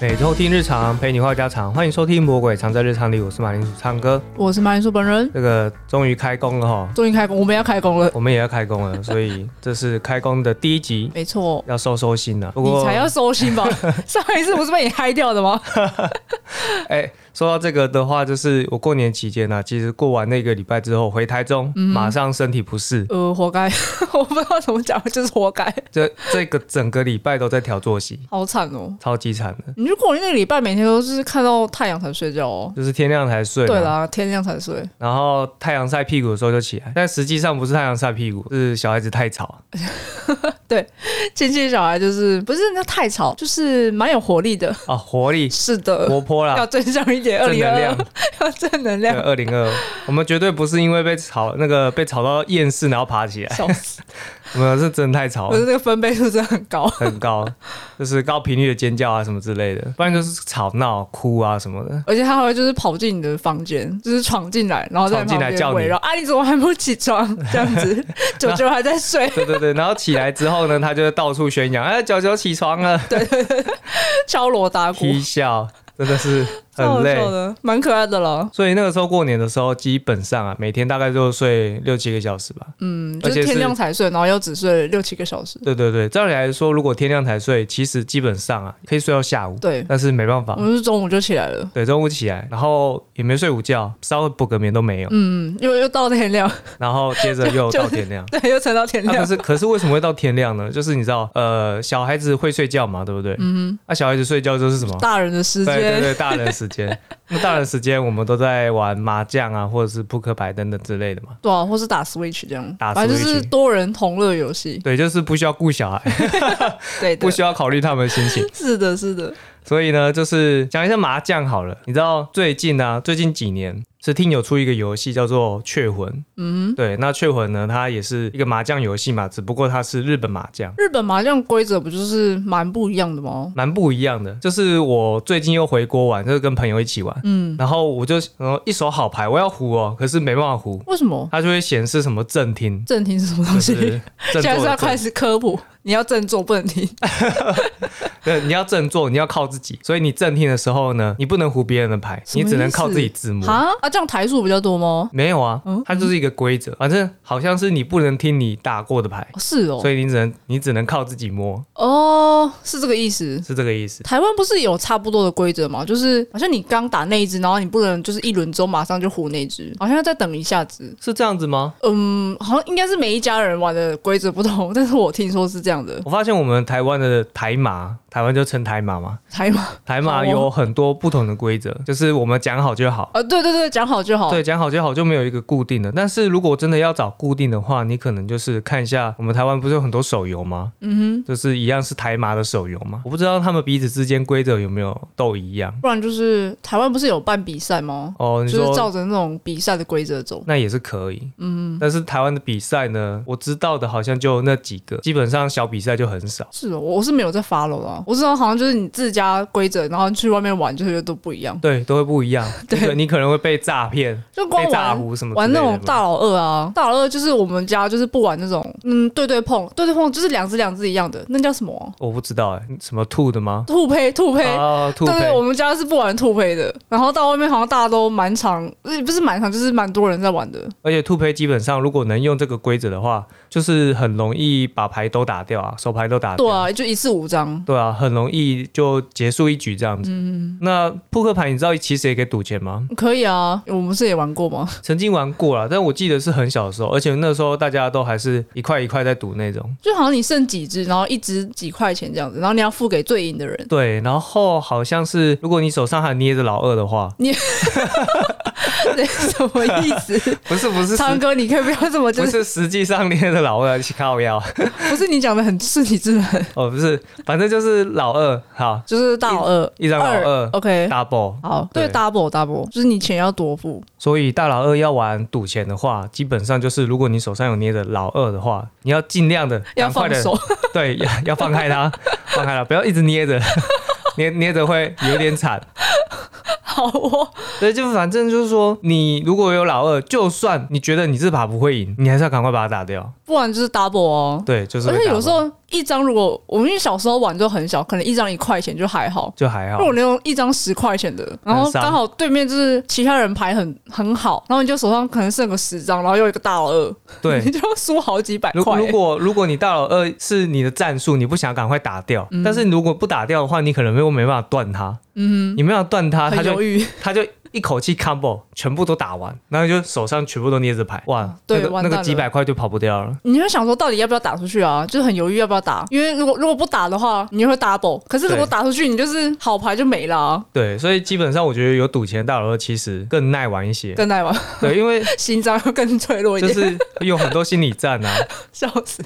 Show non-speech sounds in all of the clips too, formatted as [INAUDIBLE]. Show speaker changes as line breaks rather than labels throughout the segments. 每周听日常，陪你话家常，欢迎收听《魔鬼藏在日常里》，我是马铃薯唱歌。
我是马铃薯本人，
这个终于开工了哈，
终于开工，我们要开工了，
我们也要开工了，所以这是开工的第一集， [LAUGHS]
没错。
要收收心了。不
你
过，
才要收心 [LAUGHS] 吧？上一次不是被你嗨掉的吗？
哎，说到这个的话，就是我过年期间呢、其实过完那个礼拜之后回台中，
嗯
马上身体不适，
呃，活该， [LAUGHS] 我不知道怎么讲，就是活该，
这这个整个礼拜都在调作息，
好惨哦！
超级惨的，
你如果那个礼拜每天都是看到太阳才睡觉哦，
就是天亮才睡。啊
对。啦，天亮才睡，
然后太阳晒屁股的时候就起来，但实际上不是太阳晒屁股，是小孩子太吵。啊
亲戚小孩就是不是那太吵，就是蛮有活力的。
啊，活力
是的，
活泼
要
啦，
正向一点，二
正
零
能
二
量。
[LAUGHS] 要正能
对，
量，
二零二，我们绝对不是因为被吵那个被吵到厌世然后爬
[LAUGHS]
起来，
笑死！
我们是真的太吵
我
了，
的那个分贝数真的很高，
很高，就是高频率的尖叫啊什么之类的，不然就是吵闹、哭啊什么的。
而且他还会就是跑进你的房间，就是闯进来，然后在
闯进
旁
来叫
边
你
围绕啊，你怎么还不起床？这样
[LAUGHS]
子，九九还在睡，
对对对，然后起来之后呢，他就到处宣扬，哎，九九起床了，
敲锣打鼓，
踢笑，真的是
超
很
好
累。
笑的，蛮可爱的了。
所以那个时候过年的时候，基本上啊，每天大概就睡六七个小时吧。
嗯，就
而且是
是天亮才睡，然后又只睡六七个小时。
对对对，照理来说，如果天亮才睡，其实基本上啊，可以睡到下午，
对，
但是没办法
我，们是中午就起来了，
对，中午起来，然后也没睡午觉，稍微补个眠都没有，
嗯，又又到天亮，
[LAUGHS]
[LAUGHS]
然后接着又
就
到天亮。
对，又撑到 [LAUGHS] 天
那、可
亮。
是可是为什么会到天亮呢？就是你知道，呃，小孩子会睡觉嘛，对不对？嗯那、小孩子睡觉就是什么？
大人的时
对对
间，
对，大人时
[LAUGHS]
间。那大人时间我们都在玩麻将啊，或者是扑克牌等等之类的嘛。
对啊，或是打 Switch 这样，
打
反正就是
Switch
多人同乐游
[LAUGHS]
戏。
对，就是不需要顾小孩， [LAUGHS]
对的
不，需要考虑他们的心情。
是的，是的，
所以呢，就是讲一下麻将好了。你知道最近啊，最近几年是听有出一个游戏叫做《雀魂》。嗯，对，那《雀魂》呢，它也是一个麻将游戏嘛，只不过它是日本麻将。
日本麻将规则不就是蛮不一样的吗？
蛮不一样的，就是我最近又回国玩，就是跟朋友一起玩，嗯，然后我就然后一手好牌，我要胡哦，可是没办法胡，
为什么？
它就会显示什么正厅，
正听是什么东
就
西？
是正
[LAUGHS] 现在
坐
是
的
要开
正，
始科普， [LAUGHS] 你要振作不能听。
对，你要正坐，你要靠自己，所以你正厅的时候呢，你不能胡别人的牌，
什么
你只能靠
意思
自己自摸。
啊啊，这样台数比较多吗？
没有啊，
嗯
它就是一个规则，反正好像是你不能听你打过的牌，
哦是哦
所，以你只能你只能靠自己摸，
哦，是这个意思。
是这个意思。
台湾不是有差不多的规则吗？就是好像你刚打那一只，然后你不能就是一轮之后马上就胡那一只，好像要再等一下子。
是这样子
[LAUGHS]
吗？
嗯，好像应该是每一家人玩的规则不同，但是我听说是这样的。
我发现我们台湾的台麻，台湾就称台麻嘛，
台湾
台麻
好哦
有很多不同的规则，就是我们讲好就好。
啊，对对对，讲好就好。
对，讲好就好，就没有一个固定的。但是如果真的要找固定的话，你可能就是看一下，我们台湾不是有很多手游吗？嗯哼，就是一样是台麻的手游嘛。我不知道他们彼此之间规则有没有都一样。
不然就是台湾不是有办比赛吗？
哦，
就
你
是
说
照着那种比赛的规则走。
那也是可以，嗯，但是台湾的比赛呢，我知道的好像就那几个，基本上小比赛就很少。
是哦，我我是没有在 follow 啦，我知道好像就是你自家规则，然后去外面玩就是都不一样，
对，都会不一样。
对
你可你可能会被诈骗、
就光
被诈
玩
唬什么
玩
之
那
类的
种
嘛
大老二啊，大老二就是我们家就是不玩那种，嗯，对对碰，对对碰就是两只两只一样的，那叫什么啊、
我不知道哎、什么兔的吗？
兔胚兔胚。
啊，兔
对对，
胚
我们家是不玩兔胚的，然后到外面好像大家都蛮常，呃不是蛮常，就是蛮多人在玩的。
而且兔胚基本上如果能用这个规则的话，就是很容易把牌都打掉啊，手牌都打掉。
对啊，就一次五张，
对啊，很容易就结束一局这样子。
嗯
那扑克牌你知道其实也可以赌钱吗？
可以啊。我们不是也玩过吗？ [LAUGHS]
曾经玩过啦，但我记得是很小的时候，而且那时候大家都还是一块一块在赌那种。
就好像你剩几只，然后一只几块钱这样子，然后你要付给最赢的人。 [LAUGHS]
对，然后好像是如果你手上还捏着老二的话，
对，什么意思？
不是
[LAUGHS]
不是
昌
实
哥，你可以不要这么，就
不是
是
实际上捏着老二去靠腰
不是你讲的很顺其自然，
哦，不是，反正就是老二好
就是大老二，
一张老二
哦 OK，
double，
好，对
对
，double double，就是你钱要多付，
所以大老二要玩赌钱的话，基本上就是如果你手上有捏着老二的话，你要尽量的
要
赶快
放
的
手， [LAUGHS]
对，要要放开它，放开它，不要一直捏着， [LAUGHS] 捏捏着会有点惨。
好哦，
所以就反正就是说，你如果有老二，就算你觉得你这把不会赢，你还是要赶快把它打掉。
不然就是 double 哦。
对，就是会
而且
打
有时候一张如果我们因为小时候玩都很小，可能一张一块钱就还好。
就还好
如。果你用一张十块钱的，然后
很伤
刚好对面就是其他人牌很很好，然后你就手上可能剩个十张，然后又一个大老二，
对
[LAUGHS] 你，就要输好几百
如
块、
如
欸。
果如果你大老二是你的战术，你不想赶快打掉，
嗯
但是你如果不打掉的话，你可能又没办法断它。嗯，你没办法断它，它
欸很
就
犹豫，
他就一口气 combo 全部都打完，然后就手上全部都捏着牌，哇，
哦对
那个
完
那
蛋了
个几百块就跑不掉了。
你会想说到底要不要打出去啊？就是很犹豫要不要打，因为如果如果不打的话，你会 double，可是如果
对
打出去，你就是好牌就没了、啊，
对，所以基本上我觉得有赌钱的大佬其实更耐玩一些，
更耐玩，
对，因为
[LAUGHS] 心脏又更脆弱一
就
点，
是有很多心理战啊。
笑死。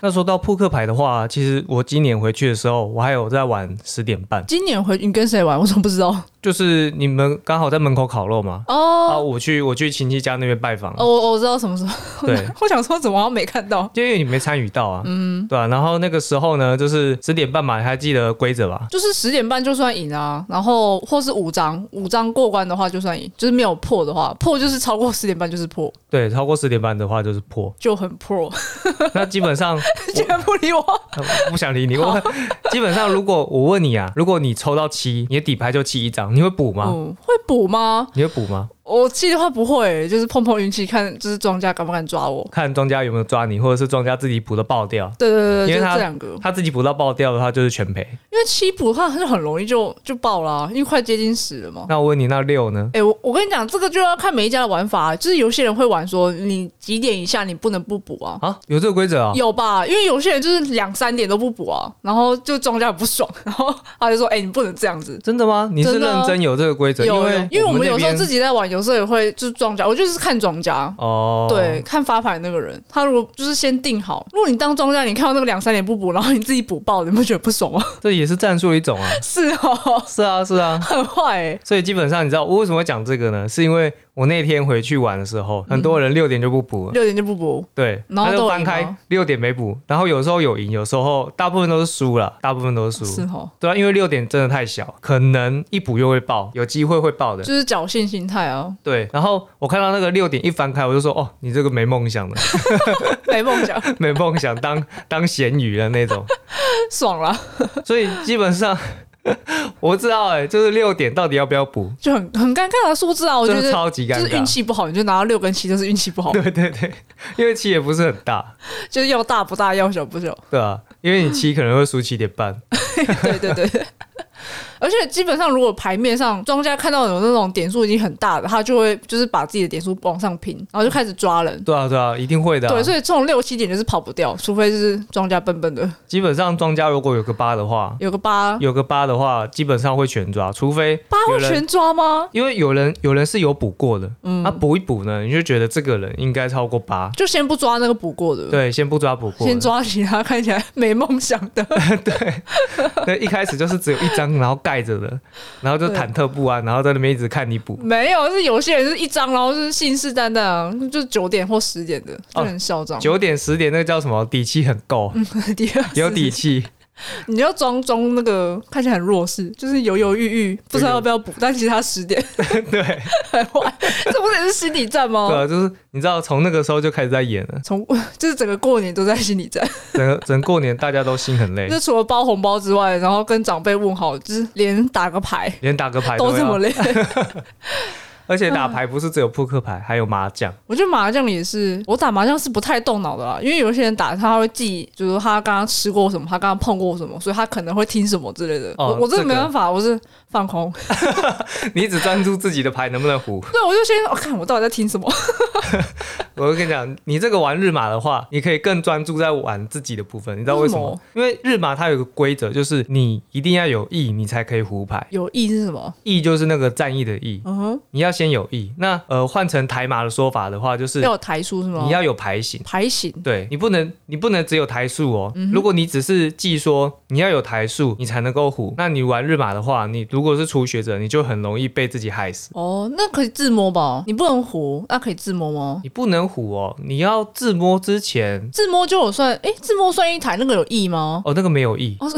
那说到扑克牌的话，其实我今年回去的时候，我还有在玩十点半，
今年回你跟谁玩？我怎么不知道？
就是你们刚好在门口烤肉嘛，
[LAUGHS]
啊，
哦，
我去我去亲戚家那边拜访，啊
哦，我我知道什么时候。 [LAUGHS]
对，
我想说怎么好像没看到？
就因为你没参与到啊，嗯，对啊，然后那个时候呢，就是十点半嘛，你还记得规则吧？
就是十点半就算赢啊，然后或是五张，五张过关的话就算赢，就是没有破的话，破就是超过十点半就是破，
对，超过十点半的话就是
[LAUGHS]
破，
就很破。
那基本上
竟然不理我，
呃我不想理你。我
哦
基本上，如果我问你啊，如果你抽到七，你的底牌就七一张，你会补吗？
嗯，会补吗？
你会补吗？
我记得话不会、就是碰碰运气，看就是庄家敢不敢抓我。
看庄家有没有抓你，或者是庄家自己补的爆掉。
对对对
因
对，
为
就
他
是这两个，
他自己补到爆掉的话，就是全赔。
因为七补的话，它就很容易就就爆啦、因为快接近十了嘛。
那我问你，那六呢？
哎、我我跟你讲，这个就要看每一家的玩法，啊就是有些人会玩说你几点以下你不能不补啊。
啊，有这个规则啊？
有吧？因为有些人就是两三点都不补啊，然后就庄家很不爽， [LAUGHS] 然后他就说：“哎、你不能这样子。
真的吗？你是
真的啊
认真有这个规则？
有”有，
为
因为我们有时候自
己
己在玩，有时候也会就是庄家，我就是看庄家，
哦，
对，，看发牌那个人。他如果就是先定好，如果你当庄家，你看到那个两三点不补，然后你自己补爆，你不觉得不爽吗？ [LAUGHS]
这也是战术的一种啊。
是哦，
是啊，是啊。
很坏、欸。
所以基本上，你知道我为什么会讲这个呢？是因为我那天回去玩的时候，很多人六点就不补了。
嗯六点就不补，
对，
然
他
后都
就
有
翻
赢哦
开
吗
六点没补，然后有时候有赢，有时候大部分都是输了，大部分都是输。
是哦，
对啊，因为六点真的太小，可能一补又会爆，有机会会爆的
就。是侥幸心态啊， [LAUGHS]
对，然后我看到那个六点一翻开，我就说哦，你这个没梦想的，
没梦想， [LAUGHS]
没梦想当当咸鱼的那种。
爽啦，
所以基本上我知道哎、就是六点到底要不要补，
就很很尴尬的数字啊。我觉
真的
得
超级
就
尴
是运
尬。
气不好，你就拿到六跟七，就是运气
[LAUGHS]
不好，
对对对，因为七也不是很大，
就是要大不大，要小不小。 [LAUGHS]
对啊，因为你七可能会输七点半，
对对对。 [LAUGHS] 而且基本上，如果牌面上庄家看到有那种点数已经很大的，他就会就是把自己的点数往上拼，然后就开始抓人。
对啊对啊，一定会的啊、
对，所以这种六七点就是跑不掉，除非是庄家笨笨的，
基本上庄家如果有个八的话，
有个八
有个八的话，基本上会全抓，除非
啊八
有
会
人，
全抓吗？
因为有人有人是有补过的，嗯，他补一补呢，你就觉得这个人应该超过八，
就先不抓那个补过的，
对，先不抓补过的，
先抓其他看起来没梦想的。
对，一开始就是只有一张，然后盖着的，然后就
对
忐忑不安，然后在那边一直看你补，
没有，是有些人就是一张，然后是信誓旦旦啊，就是九点或十点的，就很嚣张。
哦九点十点那个叫什么？底气很够，
[LAUGHS] 第二
[LAUGHS] 有
次
底气，
你要装装那个看起来很弱势，就是犹犹豫豫，不知道要不要
嗯
补，但其实他十点
[LAUGHS] 对，
很
[LAUGHS]
坏，这不是也是心理战
对
吗？
啊，就是你知道从那个时候就开始在演了，
从 [LAUGHS] 就是整个过年都在心理战，
整个整个过年大家都心很累
就，除了包红包之外，然后跟长辈问好，就是连打个牌
连打个牌
都
要
这么累。
而且打牌不是只有扑克牌，还有麻将。 [LAUGHS]
我觉得麻将也是，我打麻将是不太动脑的啦，因为有些人打他会记，就是他刚刚吃过什么，他刚刚碰过什么，所以他可能会听什么之类的。
哦
我我真的
这
没
个
办法，我是放空， [LAUGHS]
你只专注自己的牌能不能胡。
对，我就先我、哦看我到底在听什么。
我跟你讲，你这个玩日马的话，你可以更专注在玩自己的部分。你知道为什么
为什？
因为日马它有个规则，就是你一定要有意，你才可以胡牌。
有意是什么？
意就是那个战役的意，
嗯哼，
你要先有意。那呃，换成台马的说法的话，就是
要有台数是吗？
你要有牌型。
牌型。
对你不能，你不能只有台数哦。
嗯
如果你只是记说你要有台数，你才能够胡，那你玩日马的话，你如果是初学者，你就很容易被自己害死。
哦，那可以自摸吧？你不能胡，那可以自摸吗？
你不能人虎哦，你要自摸之前，
自摸就有算，哎、自摸算一台，那个有意义吗？
哦，那个没有意义，
哦 [LAUGHS] 是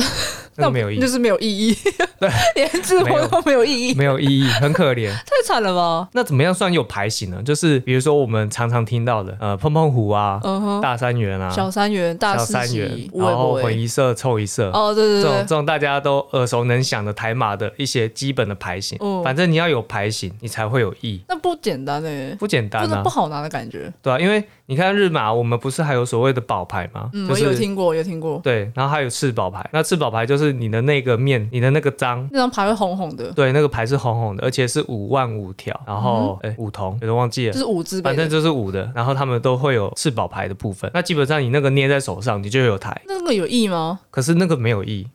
那个没有意
就
义，
是没有意义， [LAUGHS]
对，
连自摸都没有意
[LAUGHS]
义，
没有意义，很可
[LAUGHS]
怜。
太惨了吧？
那怎么样算有牌型呢？就是比如说我们常常听到的，呃，碰碰虎啊，
嗯哼，
大三元啊，
小三元、大
小
四
三元
喜、，无
然
为
后
不
混
为，
一色、凑一色，
哦，对
这
对
种
对
这种大家都耳熟能详的台马的一些基本的牌型。
嗯
反正你要有牌型，你才会有意义。
那不简单哎、
不简
不
单
是
啊
不，好拿的感觉。
对啊，因为你看日马，我们不是还有所谓的宝牌吗？
嗯，
就
我有
是
听过，有听过，
对，然后还有赤宝牌。那赤宝牌就是你的那个面，你的那个章，
那张牌会红红的，
对，那个牌是红红的，而且是五万五条，然后哎、五铜，有点忘记了
嗯就。是五字辈
反正
的。
就是五的，然后他们都会有赤宝牌的部分。那基本上你那个捏在手上，你就有台，
那个有意义吗？ [LAUGHS]
可是那个没有意，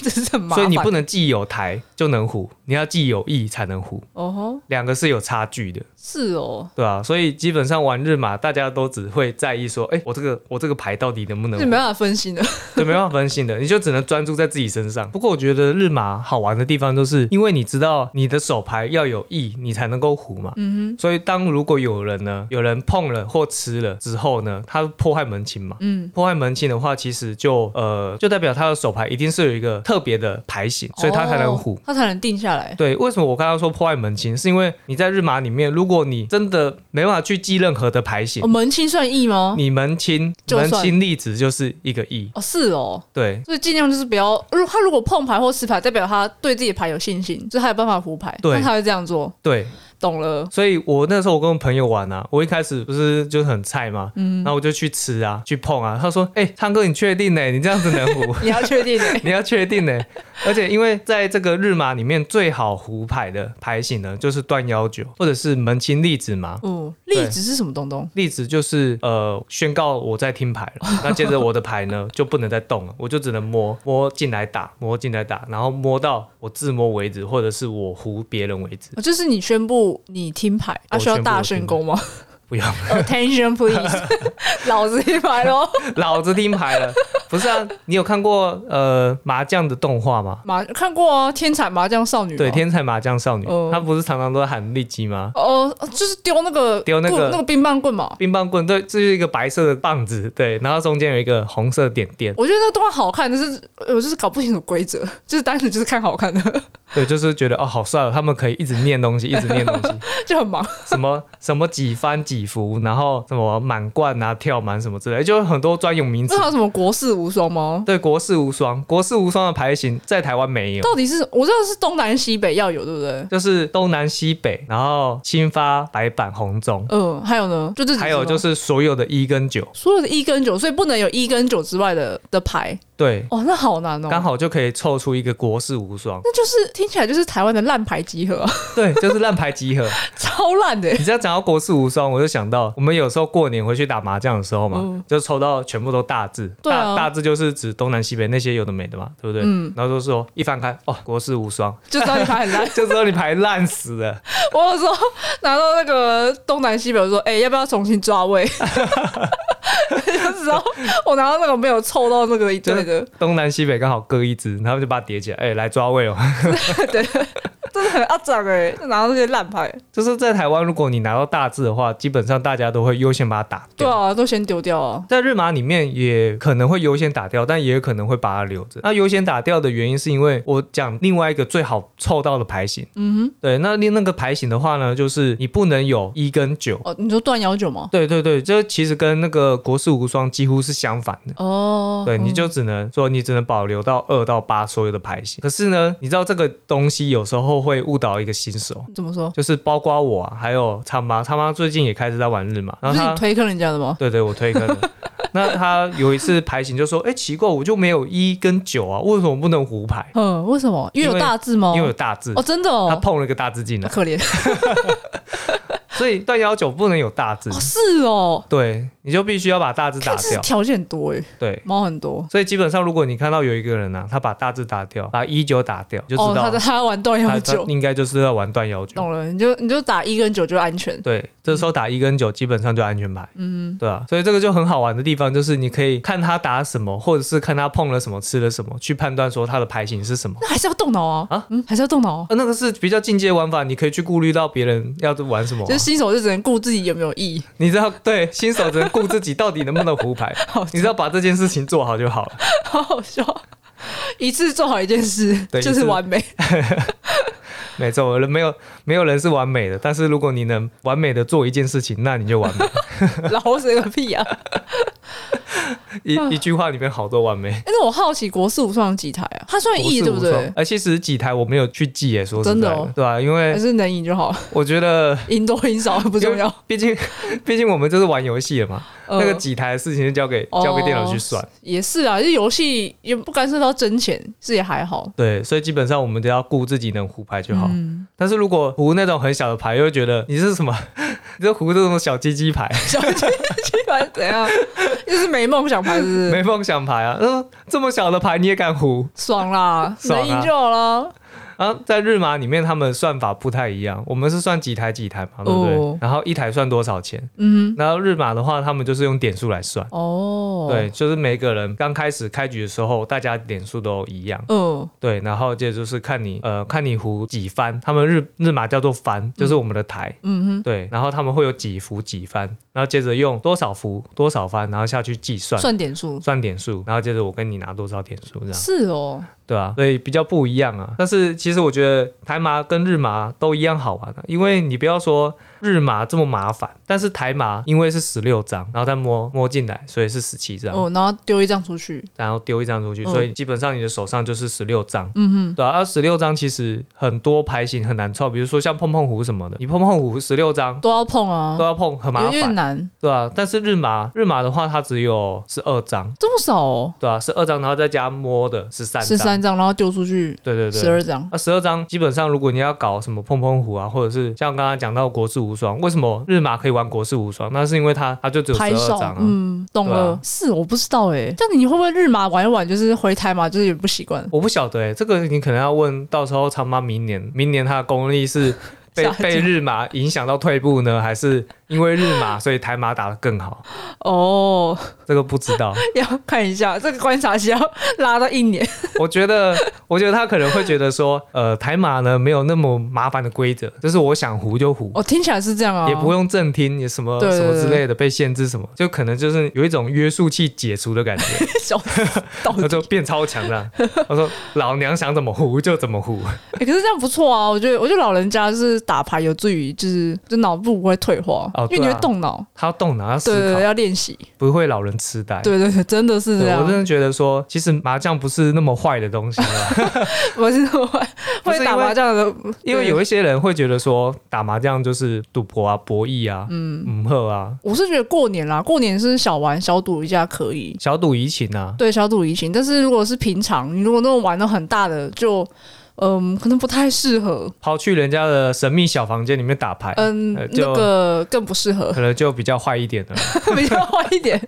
这是很麻
所
烦。
以你不能既有台就能胡，你要既有意才能胡，
哦吼，
两个是有差距的，
是哦，
对啊，所以基本上玩日马，大家都只会在意说，哎、我这个我这个牌到底能不能
这
胡
没办法分析的。
[LAUGHS] 对，没办法分心的，你就只能专注在自己身上。不过我觉得日麻好玩的地方，就是因为你知道你的手牌要有意，你才能够胡嘛。嗯所以当如果有人呢，有人碰了或吃了之后呢，他破坏门清嘛。
嗯，
破坏门清的话，其实就呃，就代表他的手牌一定是有一个特别的牌型，所以他才能胡。
哦，他才能定下来。
对，为什么我刚刚说破坏门清？是因为你在日麻里面，如果你真的没办法去记任何的牌型，
哦，门清算意吗？
你门清
就
门
算
清例子就是一个意，
哦，是哦，
对，
所以尽量就是不要，如他如果碰牌或吃牌，代表他对自己的牌有信心，就他有办法胡牌，
对
那他会这样做，
对，
懂
[LAUGHS]
了。
所以我那时候我跟我朋友玩啊，我一开始不是就是很菜嘛，
嗯
然后我就去吃啊，去碰啊。他说：“哎、昌哥，你确定呢、你这样子能胡？
你要确定、
[LAUGHS]
欸，
你要确定呢、而且因为在这个日麻里面，最好胡牌的牌型呢，就是断幺九或者是门清粒子嘛。
嗯，例子是什么东东？
例子就是呃，宣告我在听牌
[LAUGHS]
了，那接着我的牌呢就不能再动了，我就只能摸摸进来打，摸进来打，然后摸到我自摸为止，或者是我胡别人为止。
哦就是你宣布你听牌，啊，
我
需要
宣布
大
我听
声公吗
不要
呃？Attention [LAUGHS] please，老子听牌喽！
老子听牌了，不是啊？你有看过呃麻将的动画吗？
[LAUGHS] 麻看过啊，《天才麻将少女》哦
对，
吗
天才麻将少女
哦，
她不是常常都在喊利基吗？
哦，就是丢那个
丢那个
棍那个冰棒棍嘛。
冰棒棍，对，这是一个白色的棒子，对，然后中间有一个红色的点点，
我觉得那个动画好看，但是我就是搞不清楚规则，就是单纯就是看好看的， [LAUGHS]
对，就是觉得哦好帅哦，他们可以一直念东西，一直念东西，
就很忙。
什么什么几番几伏，然后什么满贯啊、跳满什么之类，就有很多专有名词
这。还有什么国士无双吗？
对，国士无双，国士无双的牌型在台湾没有，
到底是我知道是东南西北要有，对不对？
就是东南西北，然后青发、白板、红中。
嗯，还有呢，就这几只吗
还有就是所有的一跟九，
所有的一跟九，所以不能有一跟九之外的的牌。
对，
哦，那好难哦。，
嗯刚好就可以凑出一个国士无双
那就是听起来就是台湾的烂牌集合啊、 [LAUGHS]
对，就是烂牌集合。
超烂的欸。
[LAUGHS] 你这样讲到国士无双，我就想到我们有时候过年回去打麻将的时候嘛，
嗯
就抽到全部都大字，
对啊
大大字就是指东南西北那些有的没的嘛，对不
[LAUGHS]
对？
嗯
然后就说一翻开，哦，国士无双，。
就知道你牌很烂
就知道你牌烂死了。
[LAUGHS] 我有时候拿到那个东南西北，我说：“哎、要不要重新抓位？” [LAUGHS] 就知道我拿到那个没有凑到那个一对的，
东南西北刚好各一只，然后就把它叠起来，哎、来抓位哦。 [LAUGHS]
真的很阿长哎、就拿到那些烂牌。
就是在台湾，如果你拿到大字的话，基本上大家都会优先把它打
对
掉。
啊，都先丢掉啊。
在日麻里面也可能会优先打掉，但也有可能会把它留着。那优先打掉的原因是因为我讲另外一个最好凑到的牌型，嗯哼，对。那另那个牌型的话呢，就是你不能有一跟九，
哦，你说断幺九吗？
对对对，这其实跟那个国士无双几乎是相反的。
哦，
对，你就只能说你只能保留到二到八所有的牌型。可是呢，你知道这个东西有时候会误导一个新手，
怎么说？
就是包括我啊，还有他妈，他妈最近也开始在玩日麻，然
不
后
是
他
你推坑人家的吗？
[LAUGHS] 对对，我推坑
[LAUGHS]
的。那他有一次牌型就说：“哎、奇怪，我就没有一跟九啊，为什么不能胡牌？
嗯，为什么？因为有大字吗？
因为有大字，
哦，真的
他
哦，
碰了一个大字进 [LAUGHS]
好
来，
可怜
所以断幺九不能有大字。
哦，是哦。
对，你就必须要把大字打
看这是
掉。
条件很多哎、
对，
猫很多。
所以基本上如果你看到有一个人啊，他把大字打掉，把一九打掉，就知
哦，
道
他在他玩断
他
幺
他
九，
应该就是要玩断幺九。
懂了，你就你就打一跟九就安全。
对，这时候打一跟九基本上就安全牌，嗯，对啊，所以这个就很好玩的地方就是你可以看他打什么，或者是看他碰了什么、吃了什么，去判断说他的牌型是什么。
那还是要动脑啊，
啊
嗯，还是要动脑、啊。
呃，那个是比较进阶玩法，你可以去顾虑到别人要玩什么啊、
就是新手就只能顾自己有没有意，
你知道，对新手只能顾自己到底能不能胡
[LAUGHS]
牌，你只要把这件事情做好就好了。
好
[LAUGHS]
好笑。一次做好一件事
对
就
一
是
次
完
[LAUGHS]
美，
没错，人没有没有人是完美的，但是如果你能完美的做一件事情，那你就
[LAUGHS]
完美。
老死个屁啊！
一一句话里面好多完美。
但是我好奇国四五算几台啊？它算
国
亿
士
对不
无双
对？？
哎，其实几台我没有去记耶，说实
真的
在
哦
对吧、因
还
为
是能赢就好， [LAUGHS]
我觉得
赢多赢少不重要。
毕竟 [LAUGHS] 毕竟我们就是玩游戏的嘛，
呃
那个几台的事情就交给交给电脑去算。
也是啊，这游戏也不干涉到真钱，这也还好。
对，所以基本上我们都要顾自己能胡牌就好。
嗯
但是如果胡那种很小的牌，又会觉得你这是什么？ [LAUGHS] 你这胡这种小鸡鸡牌、
[LAUGHS] 小鸡鸡牌怎样？就是没梦想牌，是不
[LAUGHS]
是？
没梦想牌啊？嗯，这么小的牌你也敢胡？
爽啦，
爽啊
能赢就好啦。
啊，在日麻里面，他们算法不太一样，我们是算几台几台嘛，对不对？
哦
然后一台算多少钱？
嗯，
然后日麻的话，他们就是用点数来算。
哦，
对，，就是每个人刚开始开局的时候，大家点数都一样。
嗯，
对，然后接着就是看你呃，看你胡几番，他们日日麻叫做番，就是我们的台。
嗯 [LAUGHS] 哼，
对，然后他们会有几伏几番，然后接着用多少伏多少番，然后下去计算。
算点数
算点数，然后接着我跟你拿多少点数，这样
是哦，
对啊，所以比较不一样啊。但是其实我觉得台麻跟日麻都一样好玩啊，因为你不要说日麻这么麻烦，但是台麻因为是十六张，然后再摸摸进来，所以是十七张，
哦，然后丢一张出去，
然后丢一张出去，
嗯
所以基本上你的手上就是十六张。
嗯
对啊，二十六张其实很多牌型很难凑，比如说像碰碰胡什么的，你碰碰胡十六张
哼，都要碰啊
哦都，要碰，很麻
有点
烦，
难，
对啊。但是日麻日麻的话，它只有十二张，
这么少哦，
对啊，十二张，然后再加摸的十三
十
张，
三张，然后丢出去
对对
十
对。
二张，
那十二张基本上，如果你要搞什么碰碰胡啊，或者是像刚刚讲到国士无双，为什么日麻可以玩国士无双？那是因为它它就只有十
拍
二
手
张，啊。
嗯，懂
对
了
啊，
是我不知道哎，但你会不会日麻玩一玩，就是回台麻，就是也不习惯，
我不晓得哎、这个你可能要问到时候长妈明
[LAUGHS]
年，明年她的功力是被
下降
被日麻影响到退步呢，还是因为日麻所以台麻打得更好？
哦， [LAUGHS]
这个不知道。
要看一下这个观察期要拉到一年，
我觉得，我觉得他可能会觉得说，呃，台麻呢没有那么麻烦的规则，就是我想胡就胡。
[LAUGHS] 哦，听起来是这样啊，
也不用正听，也什么
对对
什么之
对
类的被限制什么，就可能就是有一种约束器解除的感觉，
[LAUGHS] 小
[LAUGHS]
到
他
底
就变超强了。他说老娘想怎么胡就怎么胡，
欸，可是这样不错啊！我觉得，我觉得老人家就是打牌有助于，就是就脑部不会退化，
哦
因为你
对啊
会动脑，
他要动脑要
对对
思
对，
考，
要练习，
不会老人痴呆。
对对对，啊真的是这
对，
样
我，真的觉得说，其实麻将不是那么坏的东西
[LAUGHS]
啊，
我是会 [LAUGHS]
不是因为
会打麻将的，
因为
对
有一些人会觉得说，打麻将就是赌博啊、博弈啊、嗯、喝啊、
我是觉得过年啦，过年是小玩小赌一下可以，
小赌怡情啊。
对，小赌怡情。但是如果是平常，你如果那种玩的很大的，就嗯，可能不太适合，
跑去人家的神秘小房间里面打牌，
嗯，
呃就
那个更不适合， [LAUGHS]
可能就比较坏一点了。
比较坏
[LAUGHS]
一点。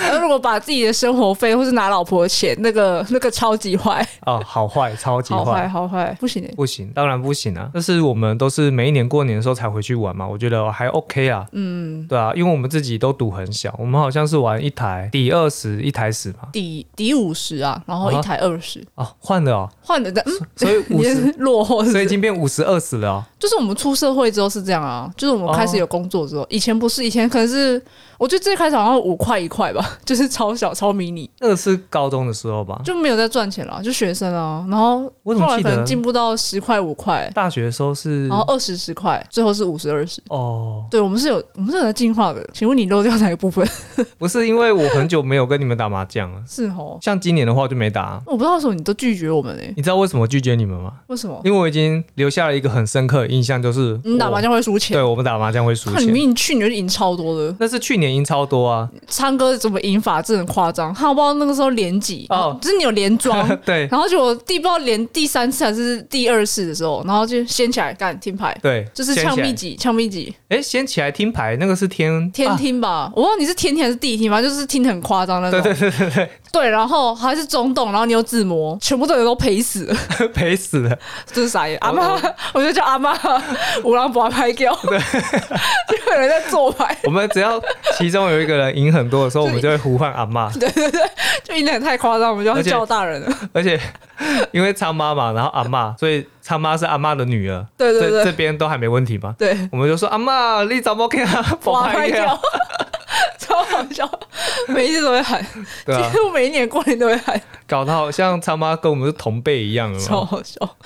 呃如果把自己的生活费或是拿老婆的钱，那个那个超级坏，
哦，好坏，超级
好坏
坏。
好坏，不行欸、
不行，当然不行啊！但是我们都是每一年过年的时候才回去玩嘛，我觉得还 OK 啊。嗯，对啊，因为我们自己都赌很小，我们好像是玩一台底二十，一台十嘛。
抵抵五十啊，然后
啊
一台二十、
哦，换了哦，
换了的，嗯，
所
[LAUGHS]
以
你
五
也
十，
是落后是不
所
是
以已经变五十二十了哦。
就是我们出社会之后是这样啊，就是我们开始有工作之
哦
后，以前不是，以前可能是，我觉得最开始好像五块一块吧， [LAUGHS] 就是超小超迷你，
那个是高中的时候吧？
就没有在赚钱了，就学生啊，然后
我怎么
后来
记
可
得
能进步到十块五块，
大学的时候是
然后二十十块，最后是五十二十。
哦，
对，我们是有我们是有在进化的。请问你漏掉哪个部分？ [LAUGHS]
不是因为我很久没有跟你们打麻将了，
是哦，
像今年的话就没打啊、
我不知道为什么你都拒绝我们哎、
你知道为什么拒绝你们们吗？
为什么？
因为我已经留下了一个很深刻的印象，就是
你打麻将会输
我，对
钱？
我们打麻将会输
看你
钱。
明明去年就赢超多的，
那是去年赢超多啊！
昌哥怎么赢法真的很夸张，他不知道那个时候连几，
哦
就是你有
[LAUGHS]
连庄，
对
[LAUGHS] 然后就我弟不知道连第三次还是第二次的时候，然后就掀起来干听牌，
对，
就是
先
呛
起来
密集，呛密集，
哎，先起来听牌，那个是天
天
[LAUGHS] 啊
听吧，我忘了你是天听还是地听，反正就是听得很夸张那种。对对对对然后还是中洞，然后你又自摸，全部队友都赔死 [LAUGHS] 了，
赔啊死了。
就是傻眼。阿妈，我就叫阿 [LAUGHS] 妈，五郎把拍掉， [LAUGHS] 就有人在做牌，
我们只要其中有一个人赢很多的时候，我们就会呼唤阿
[LAUGHS]
妈，
就赢得很太夸张，我们就要
而且
叫大人了。
而且因为苍妈嘛，然后阿妈，所以苍妈是阿妈的女儿，
对对
这
对
这边都还没问题吗？
对，
我们就说阿妈，你怎么给啊
[LAUGHS]
他
把拍
一
掉，超好笑，每一次都会喊，
对啊
几，乎每一年过年都会喊，
搞得好像苍妈跟我们是同辈一样，有没
[LAUGHS]
有
超好笑。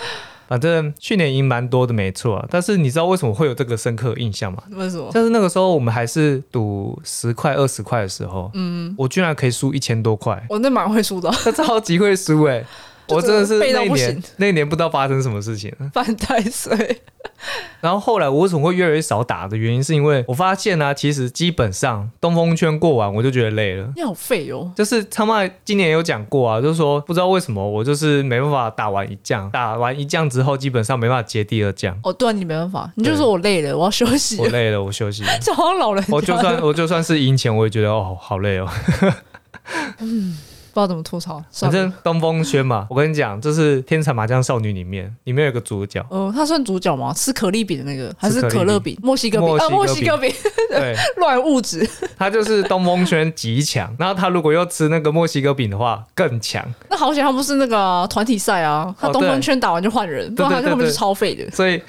反正去年赢蛮多的，没错、啊。但是你知道为什么会有这个深刻印象吗？
为什么？
但是那个时候我们还是赌十块、二十块的时候，嗯，我居然可以输一千多块， [LAUGHS]
我那蛮会输的，
这超级会输
[LAUGHS]
哎、我真的是
背到
那一
不
年
行
那一年不知道发生什么事情了。啊
犯太岁。
然后后来我为什么会越来越少打的原因，是因为我发现啊，其实基本上东风圈过完我就觉得累了。
你好废哦，
就是他妈今年也有讲过啊，就是说不知道为什么我就是没办法打完一将，打完一将之后基本上没办法接第二将，
哦，对啊，你没办法，你就
对
说我累了，我要休息
我
了，
累了，我休息了。
就好像老人家，
[LAUGHS] 我就算
不
我就算是赢钱，我也觉得哦好
[LAUGHS]
累哦。
知道怎么吐槽，
反
算了。
正东风轩嘛，我跟你讲，就是《天才麻将少女》里面，里面有个主
[LAUGHS]
角，
呃，他算主角吗？吃可丽饼的那个，还是
可丽
可乐饼、墨西哥饼？啊，墨
墨
西
西
哥
哥
饼 [LAUGHS]
对
乱物质，
他就是东风轩极强，然后他如果又吃那个墨西哥饼的话更强，
那好险，他不是那个啊团体赛啊，他
哦
东风
对
圈打完就换人，不
对
然他
对
根本
对
就超废的。
所以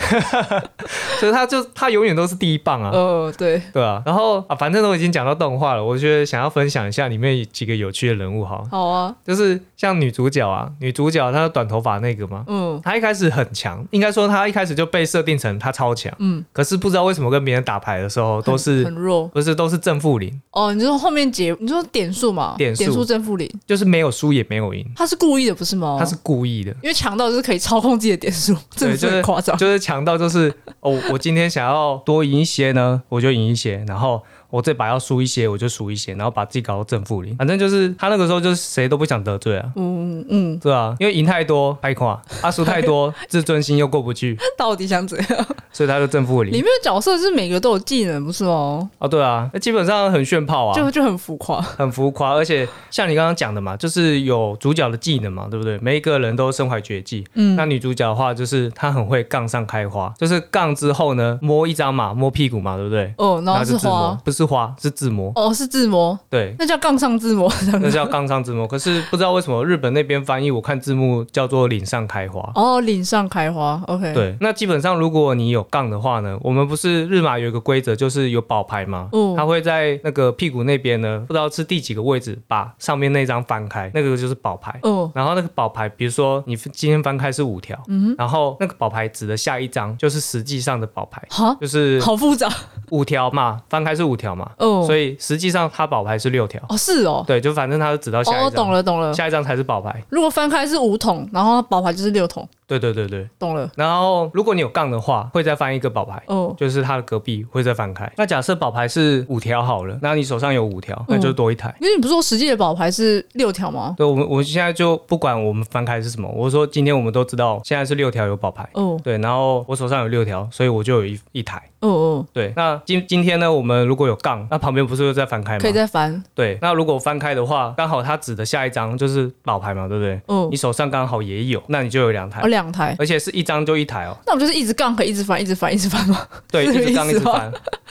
[LAUGHS] 所以他就他永远都是第一棒啊。
呃，对，
对啊，然后啊，反正都已经讲到动画了，我觉得想要分享一下里面几个有趣的人物哈，
好啊，
就是像女主角啊，女主角她短头发那个嘛，
嗯，
她一开始很强，应该说她一开始就被设定成她超强，
嗯
嗯，可是不知道为什么跟别人打牌的时候都是
很弱
不是都是正负零，
哦。你说后面结，你说点数嘛，
点数
正负零，
就是没有输也没有赢，
他是故意的，不是吗？
他是故意的，
因为强盗就是可以操控自己的点数，真
对
的是很夸张。
就是强到就是哦，我今天想要多赢一些呢，我就赢一些，然后我这把要输一些，我就输一些，然后把自己搞到正负零，反正就是他那个时候就是谁都不想得罪啊。
嗯嗯，
对啊，因为赢太多太垮，啊输太多 [LAUGHS] 自尊心又过不去，
到底想怎样？
所以他就正负
里
零。
面的角色是每个都有技能，不是吗？
哦，对啊，那基本上很炫炮啊，
就就很浮夸。
很浮夸，而且像你刚刚讲的嘛，就是有主角的技能嘛，对不对？每一个人都身怀绝技。嗯，那女主角的话，就是她很会杠上开花，就是杠之后呢，摸一张嘛，摸屁股嘛，对不对？
哦，然后
就是自摸
花，，
不是花，是自摸。
哦，是自摸， [LAUGHS]
对，
那叫杠上自摸。
那叫杠上自摸。可是不知道为什么日本那边翻译，我看字幕叫做岭上开花。
哦，岭上开花，OK，，
对，那基本上如果你有杠的话呢，我们不是日马有一个规则，就是有保牌嘛，
嗯
它会在那个屁股那边呢，不知道是第几个位置，把上面那张翻开，那个就是保牌。
哦，
然后那个宝牌，比如说你今天翻开是五条，
嗯
然后那个宝牌指的下一张就是实际上的宝牌，
哈，
就是
好复杂，
五条嘛，翻开是五条嘛，
哦，
所
以，
以实际上它宝牌是六条，
哦，是哦，
对，就反正它是指到下
哦，
一
懂
张，
了，懂了。
下一张才是宝牌，
如果翻开是五桶，然后宝牌就是六桶，
对对对对。
懂了。
然后如果你有杠的话，会再翻一个宝牌。
哦，
就是它的隔壁会再翻开。那假设宝牌是五条好了，那你手上有五条，那
嗯
就多一台。
因为你不是说实际的宝牌是六条吗？
对，我们我现在就不管我们翻开是什么，我说今天我们都知道现在是六条有宝牌，
哦，
对，然后我手上有六条，所以我就有一一台。
哦哦，
对，那今今天呢，我们如果有杠，那旁边不是又在翻开吗
可以？再翻。
对，那如果翻开的话，刚好它指的下一张就是宝牌嘛，对不对？
哦
你，手上刚好也有，那你就有两台，
哦，两台。
而且是一张就一台哦。
那我就是一直杠，可以一直翻，一直翻，一直翻吗？
对，
[LAUGHS] 是
一
这个
直杠
意
一
思
直
吗
翻，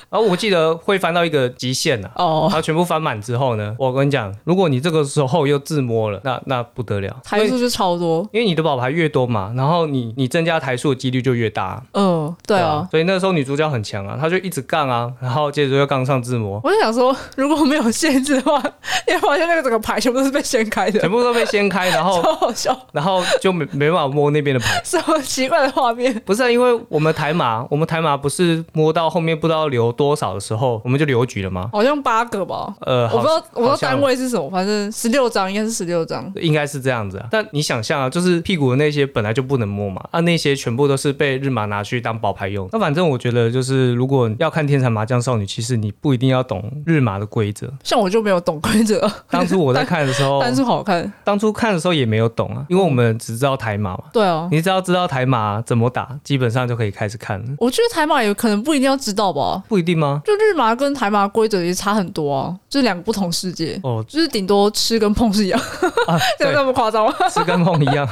然后我记得会翻到一个极限呐、然
[LAUGHS] 哦，
后全部翻满之后呢，我跟你讲，如果你这个时候又自摸了，那那不得了，因
台
为
数就超多。
因为你的宝牌越多嘛，然后你你增加台数的几率就越大、
嗯，对啊。
所以那时候女主角很强啊，她就一直杠啊，然后接着又杠上自摸，
我就想说，如果没有限制的话，你会发现那个整个牌全部都是被掀开的
全，部都哦被掀开，然后
[LAUGHS] 超好笑，
然后就没没办法摸那边的牌。
什么奇怪的画面？
不是、啊，因为我们台马，我们台马不是摸到后面不知道留多少的时候，我们就留局了吗？
好像八个吧，
呃，
我不
好
知道我不知道
好像
单位是什么，反正十六张应该是十六张。
应该是这样子啊。但你想象啊，就是屁股的那些本来就不能摸嘛，啊，那些全部都是被日麻拿去当保牌用。那反正我觉得就是，如果要看《天才麻将少女》，其实你不一定要懂日麻的规则。
像我就没有懂规则，
[LAUGHS] 当初我在看的时候，
但是好看。
当初看的时候也没有懂啊，因为我们只知道台马嘛。
对啊，
你只要知道台马怎么打，基本上就可以开始看了。
我觉得台马有可能不一定要知道吧，
不一定吗？
就日麻跟台麻规则也差很多啊，就是两个不同世界。
哦
就是顶多吃跟碰是一样， [LAUGHS]
啊，
有
对，
那么夸张吗？
是哦跟梦一样，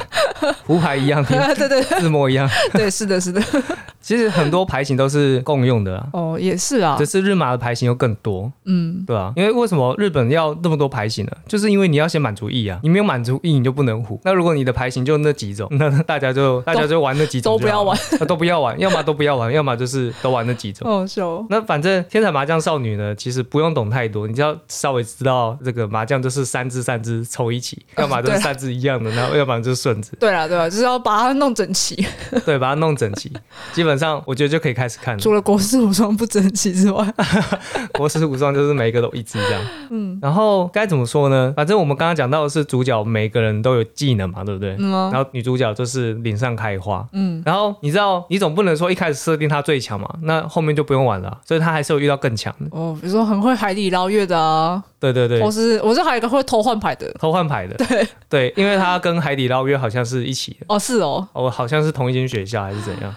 胡牌一样，
[LAUGHS] 对对对
字幕一样。
对，是的，是的。
其实很多牌型都是共用的啊，
哦，也是啊
只，是日麻的牌型又更多，
嗯，
对啊，因为为什么日本要那么多牌型呢？就是因为你要先满足 E 啊，你没有满足 E 你就不能胡。那如果你的牌型就那几种，那大家就大家就玩那几种
都
就好
不
了，那都不要玩，要么都不要玩，要么就是都玩那几种。
好笑哦。
[LAUGHS] 那反正天才麻将少女呢，其实不用懂太多，你只要稍微知道这个麻将就是三只三只凑一起，要么就是三只一样的，然后要不然就是顺子，
对啦，对啦，就是要把它弄整齐，
对，把它弄整
[LAUGHS]
齐，基本上我觉得就可以开始看了。
除了国士无双不整齐之
[LAUGHS]
外，
国师无双就是每一个都一只这样，嗯，然后该怎么说呢？反正我们刚刚讲到的是主角每个人都有技能嘛，对不对？
嗯啊
然后女主角就是岭上开花，
嗯，
然后你知道你总不能说一开始设定她最强嘛，那后面就不用玩了啊，所以她还是有遇到更强的，
哦，比如说很会海底捞月的啊，
对对对
我，是我是还有一个会偷换牌的，
偷换牌的，对对，因为她跟海底捞月好像是一起的，
哦，是哦，
哦，好像是同一间学校还是怎样，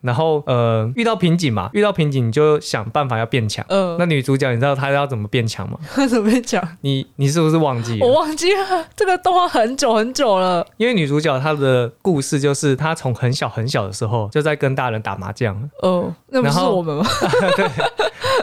然后呃遇到瓶颈嘛，遇到瓶颈你就想办法要变强。
嗯、
那女主角你知道她要怎么变强吗？
呃， [LAUGHS] 怎么会讲？
你你是不是忘记了？
我忘记了这个动画很久很久了，
因为女主角她的故事就是她从很小很小的时候就在跟大人打麻将，
哦，那不
然
是
后
我们吗？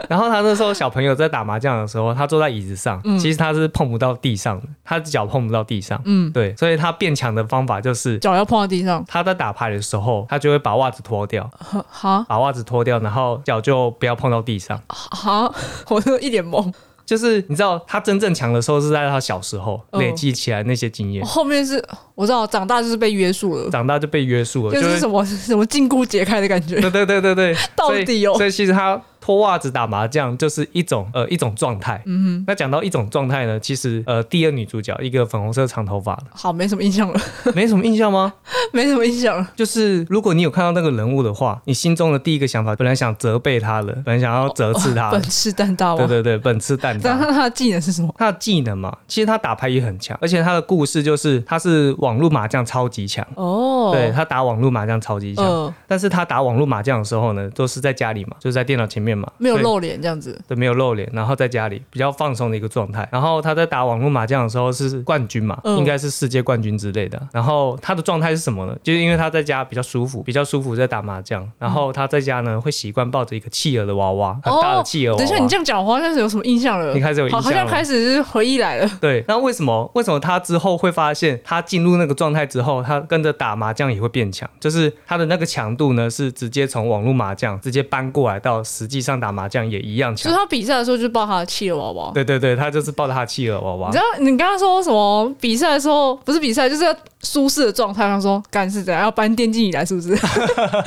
然后她那时候小朋友在打麻将的时候，她坐在椅子上，其实她是碰不到地上的，她的脚碰不到地上，
嗯，
对，所以她变强的方法就是
脚要碰到地上，
她在打牌的时候，她就会把袜子脱掉，
哈哈
把袜子脱掉，然后脚就不要碰到地上。
哈， [LAUGHS] 我都一脸懵。
就是你知道，她真正强的时候是在她小时候
哦
累积起来那些经验，
后面是我知道长大就是被约束了，
长大就被约束了，
就
就是会
什么什么禁锢解开的感觉，
对对对对对，
[LAUGHS] 到底哦
所以所以其实他脱袜子打麻将就是一种呃一种状态。嗯哼。那讲到一种状态呢，其实呃第二女主角一个粉红色长头发 [LAUGHS] 的，
好，没什么印象了，
没什么印象吗？
没什么印象了。
就是如果你有看到那个人物的话，你心中的第一个想法本来想责备他的，本来想要责斥他的，
哦本啊吃蛋大
啊对
王，
对对，本次蛋挞
[LAUGHS] 但。看他的技能是什么？
他的技能嘛，其实他打牌也很强，而且他的故事就是他是网络麻将超级强，
哦，
对，他打网络麻将超级强，
嗯，
但是他打网络麻将的时候呢，都是在家里嘛，就是在电脑前面嘛，
没有
所以
露脸这样子，
对，没有露脸，然后在家里比较放松的一个状态。然后他在打网络麻将的时候是冠军嘛，
嗯
应该是世界冠军之类的。然后他的状态是什么呢？就是因为他在家比较舒服，比较舒服在打麻将。然后他在家呢会习惯抱着一个企鹅的娃娃，很大的企鹅娃娃。
哦等一下，你这样讲，我好像是有什么印象了，
你开始有印
好，好
象
像
了
开始是回忆来了。
对，那为什么为什么他之后会发现，他进入那个状态之后，他跟着打麻将也会变强？就是他的那个强度呢，是直接从网络麻将直接搬过来到实际上打麻将也一样
就是
强。
他比赛的时候就抱他的企鹅娃娃。
对对对，他就是抱着他的企鹅娃娃
你知。道你刚刚说什么？比赛的时候不是比赛，就是要舒适的状态。他说干是怎样？要搬电竞椅来是不是？
哎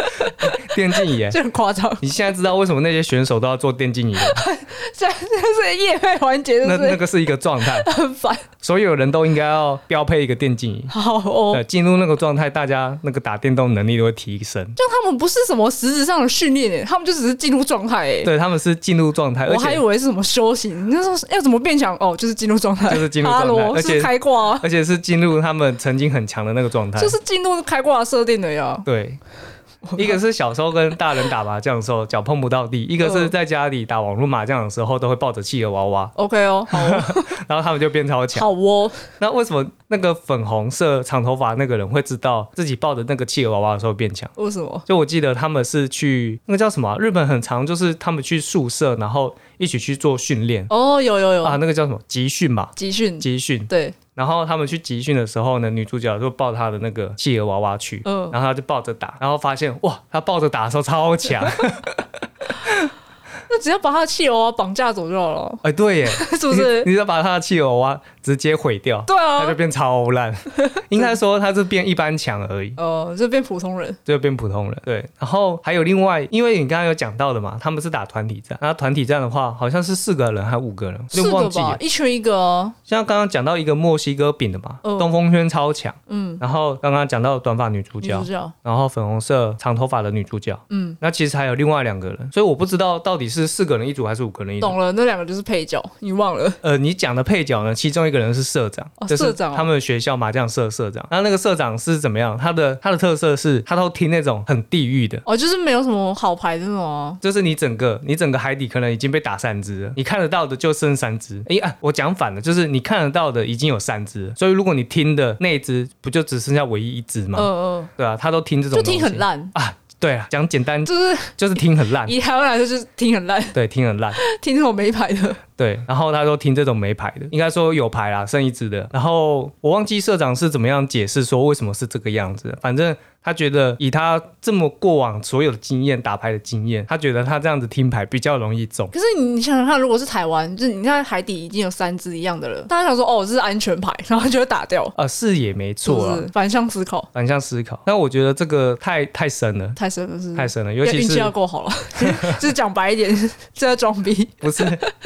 电竞椅耶，
就很夸
[LAUGHS]
张。
你现在知道为什么那些选手都要做电竞椅了？
[LAUGHS] 这这是夜配环节，
那
是不
那
是
个是一个状态，
很烦？
所有人都应该要标配一个电竞椅。
好哦，
对，进入那个状态，大家那个打电动能力都会提升。
就他们不是什么实质上的训练耶，他们就只是进入状态耶。
对，他们是进入状态，而
我还以
且
为是什么修行，那时候要怎么变强？哦，就是进入状态，
就是进入状态
哈喽
而
是
且
不是开挂啊、
而且是进入他们曾经很强的那个状态。
就是进入开挂的设定的呀。
对，一个是小时候跟大人打麻将的时候脚碰不到地，一个
嗯
是在家里打网络麻将的时候都会抱着企鹅娃娃，
OK 哦，
[LAUGHS]
好哦，
然后他们就变超强。
好哦，
那为什么那个粉红色长头发那个人会知道自己抱着那个企鹅娃娃的时候变强？
为什么？
就我记得他们是去那个叫什么啊、日本很长，就是他们去宿舍，然后一起去做训练
哦，有有有，
啊，那个叫什么集训吧，
集训，
集训。
对，
然后他们去集训的时候呢，女主角就抱她的那个企鹅娃娃去，
嗯 [LAUGHS]
然后她就抱着打，然后发现哇，她抱着打的时候超强，
那只要把他的汽油啊绑架走就好了， [LAUGHS]
哎、对耶，
是不是
你？你只要把它的汽油啊直接毁掉，
对
它就
啊，
变超
[LAUGHS]
烂。应该说它是变一般强而已，
呃，就变普通人，
就变普通人。对，然后还有另外，因为你刚刚有讲到的嘛，他们是打团体战，那团体战的话，好像是四个人还五个人，
是
就忘
的
记
吧
了？。
一群一个啊，
像刚刚讲到一个墨西哥饼的嘛，
嗯
东风轩超强，
嗯，
然后刚刚讲到短发女主
女
角
主，角，
然后粉红色长头发的女主角，
嗯，
那其实还有另外两个人，所以我不知道到底是四个人一组还是五个人一组。
懂了，那两个就是配角，你忘了？
呃，你讲的配角呢？其中一个人是社长，
哦
这
社
是
长哦
他们学校麻将社社长。那那个社长是怎么样？他的他的特色是，他都听那种很地狱的，
哦，就是没有什么好牌的那种啊，
就是你整个你整个海底可能已经被打三只了，你看得到的就剩三只。哎、啊，我讲反了，就是你看得到的已经有三只了，所以如果你听的那一只，不就只剩下唯一一只
嗯
吗？
嗯，
对啊，他都听这种
就
东西，
听很烂，
啊。对啊，讲简单 [LAUGHS]
就是
就是听很
[LAUGHS]
烂，
以台湾来说就是听很烂， [LAUGHS]
对，听很烂。
听那种没牌的，
对，然后他说听这种没牌的，应该说有牌啦，剩一只的。然后我忘记社长是怎么样解释说为什么是这个样子，反正他觉得以他这么过往所有的经验打牌的经验，他觉得他这样子听牌比较容易中。
可是你想想看，如果是台湾，就是你看海底已经有三只一样的了，大家想说哦，这是安全牌， [LAUGHS] 然后就会打掉，
呃，是也没
是
错
不
啊
是，？反向思考
反向思考。但我觉得这个太太深了，
太深了，是不
太
是？
深了，尤
嗯要
其
运气
是
要够好了， [LAUGHS] 就是讲白一点，这在装逼。
不是
[LAUGHS]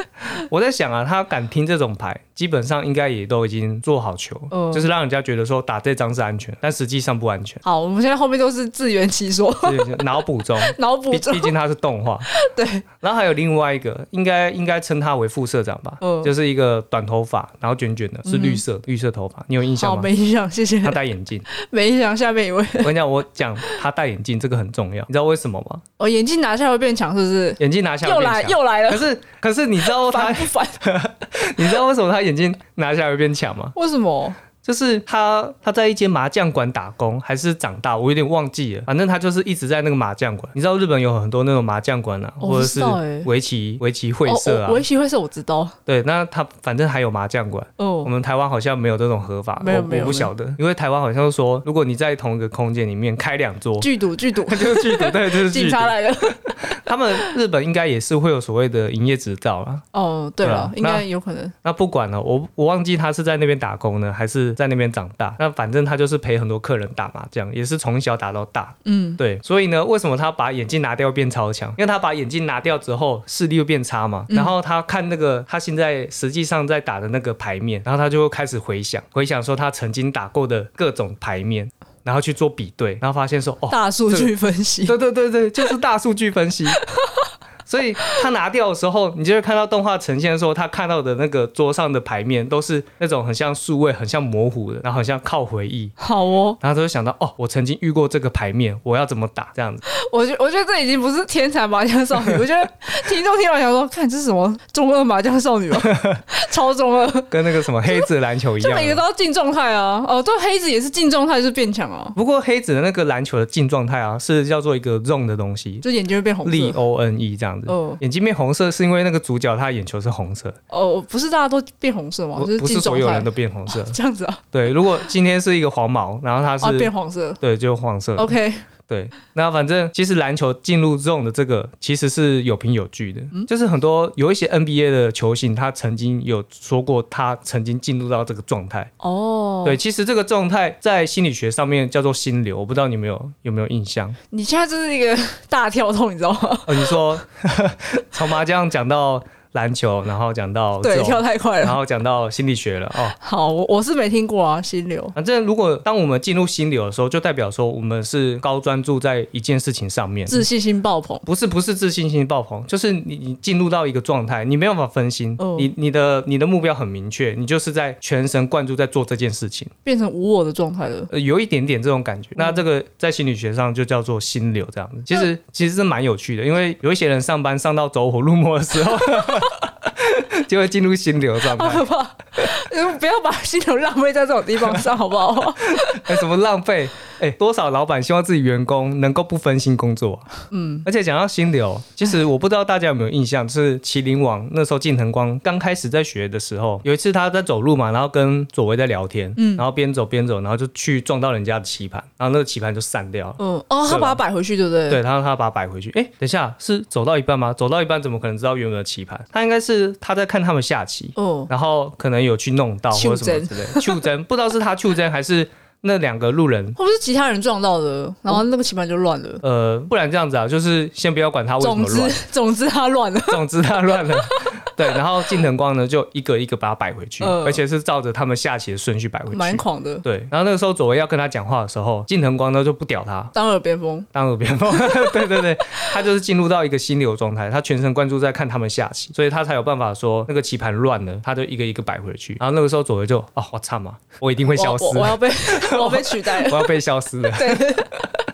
我在想啊，他敢听这种牌，基本上应该也都已经做好球，
嗯。
就是让人家觉得说打这张是安全，但实际上不安全
好，我们现在后面都是自圆
[LAUGHS]
其说，
这就是脑补中，
脑补
毕
中
毕。竟它是动画。
[LAUGHS] 对，
然后还有另外一个，应该应该称他为副社长吧，
嗯
就是一个短头发，然后卷卷的，是绿色、绿色头发，你有印象
好，
吗？
没印象，谢谢。
他戴眼
[LAUGHS]
镜，
没印象，下面一位，
我跟你讲，我讲他戴眼镜这个很重要，你知道为什么吗？
哦，眼镜拿下会变强，是不是？
眼镜拿下
又
会变
来
强，
又来
可
了，
是可是你知道他
[LAUGHS] 烦不
[LAUGHS]
烦？
你知道为什么他眼镜拿下来会变强吗？
为什么？
就是他他在一间麻将馆打工，还是长大，我有点忘记了。反正他就是一直在那个麻将馆。你知道日本有很多那种麻将馆啊，
哦
或者是
我知道欸
围棋围棋会社啊
哦，我，围棋会社我知道。
对，那他反正还有麻将馆。我
哦，
们台湾好像没有这种合法，
没有
我
没有
我不晓得，因为台湾好像说，如果你在同一个空间里面开两桌，
剧毒剧毒，
[LAUGHS] 就是剧毒，对，就是
警
剧毒
察。来了。
他们日本应该也是会有所谓的营业执照啦。
哦，对
对
了
啊，
应该有可能。
那不管了，我我忘记他是在那边打工呢，还是在那边长大。那反正他就是陪很多客人打麻将，也是从小打到大。
嗯，
对，所以呢，为什么他把眼镜拿掉变超强？因为他把眼镜拿掉之后，视力又变差嘛。
嗯
然后他看那个他现在实际上在打的那个牌面，然后他就会开始回想，回想说他曾经打过的各种牌面，然后去做比对，然后发现说，哦，
大数据分析。
对对对对，就是大数据分析。 [LAUGHS] 所以他拿掉的时候，你就会看到动画呈现说，他看到的那个桌上的牌面都是那种很像数位、很像模糊的，然后很像靠回忆，
好哦，
然后他就想到哦，我曾经遇过这个牌面，我要怎么打这样子。
[LAUGHS] 我觉我觉得这已经不是天才麻将少女， [LAUGHS] 我觉得听众听完想说，看这是什么中二麻将少
[LAUGHS]
女吗？超中二，
跟那个什么黑子篮球一
就
样
每个
啊。
都要进状态啊。哦，对，黑子也是进状态就是变强啊，
不过黑子的那个篮球的进状态啊，是叫做一个 zone 的东西
就眼睛会变红
，L
色。
O N E 这样子。
哦
眼睛变红色是因为那个主角他的眼球是红色，
哦，不是大家都变红色吗？
不
就是
不
进
是所
状
有
态。
人都变红色
这样子啊，
对，如果今天是一个黄毛，然后他
啊变哦
是
黄色。
对就黄色。
OK，
对，那反正其实篮球进入 zone 的这个其实是有凭有据的，
嗯
就是很多有一些 NBA 的球星，他曾经有说过他曾经进入到这个状态。
哦，
对，，其实这个状态在心理学上面叫做心流，我不知道你们有有没有印象？
你现在这是一个大跳痛，你知道吗？
哦，你
[LAUGHS]
说从麻将讲到篮球，然后讲到
对，
这
跳
种，
太快
然
了。
后讲到心理学了哦。
好，我我是没听过啊，心流。
反正如果当我们进入心流的时候，就代表说我们是高专注在一件事情上面，
自信心爆棚。
不是不是自信心爆棚，就是你你进入到一个状态，你没有办法分心，
哦
你你的你的目标很明确，你就是在全神贯注在做这件事情，
变成无我的状态了。
呃，有一点点这种感觉。那这个在心理学上就叫做心流，这样子，其实其实是蛮有趣的，因为有一些人上班上到走火入魔的时候 [LAUGHS] 。就会进入心流状态，
好可怕！嗯不要把心流浪费在这种地方上，好不好？
哎、什么浪费？哎、多少老板希望自己员工能够不分心工作、啊？嗯，而且讲到心流，其实我不知道大家有没有印象，就是麒麟网那时候近藤光刚开始在学的时候，有一次他在走路嘛，然后跟左为在聊天，嗯，然后边走边走，然后就去撞到人家的棋盘，然后那个棋盘就散掉了。
[LAUGHS] 嗯，哦，他把它摆回去，对不对？
对，然后他把它摆回去。哎，等一下，是走到一半吗？走到一半怎么可能知道原本的棋盘？他应该是他在看他们下棋，
哦，
然后可能有去弄到或者什么之类的。秋真 [LAUGHS] 不知道是他秋真还是那两个路人。
会不会是其他人撞到的？然后那个棋盘就乱了。
呃，不然这样子啊，就是先不要管他为什
总
么
之
乱，，
[LAUGHS] 总之他乱了。
总之他乱
[LAUGHS]
了。对，然后近藤光呢就一个一个把它摆回去，
嗯
而且是照着他们下棋的顺序摆回
蛮
去。
狂的，
对，然后那个时候左为要跟他讲话的时候，近藤光呢就不屌他，
当耳边风。
当耳边风， [LAUGHS] 对对对，他就是进入到一个心流状态，他全神贯注在看他们下棋，所以他才有办法说那个棋盘乱了，他就一个一个摆回去。然后那个时候左为就啊， [LAUGHS] 我操嘛，我一定会消失
我我我要被 [LAUGHS] 我要被取代了。
我要被消失了。
[LAUGHS] 对，
[LAUGHS]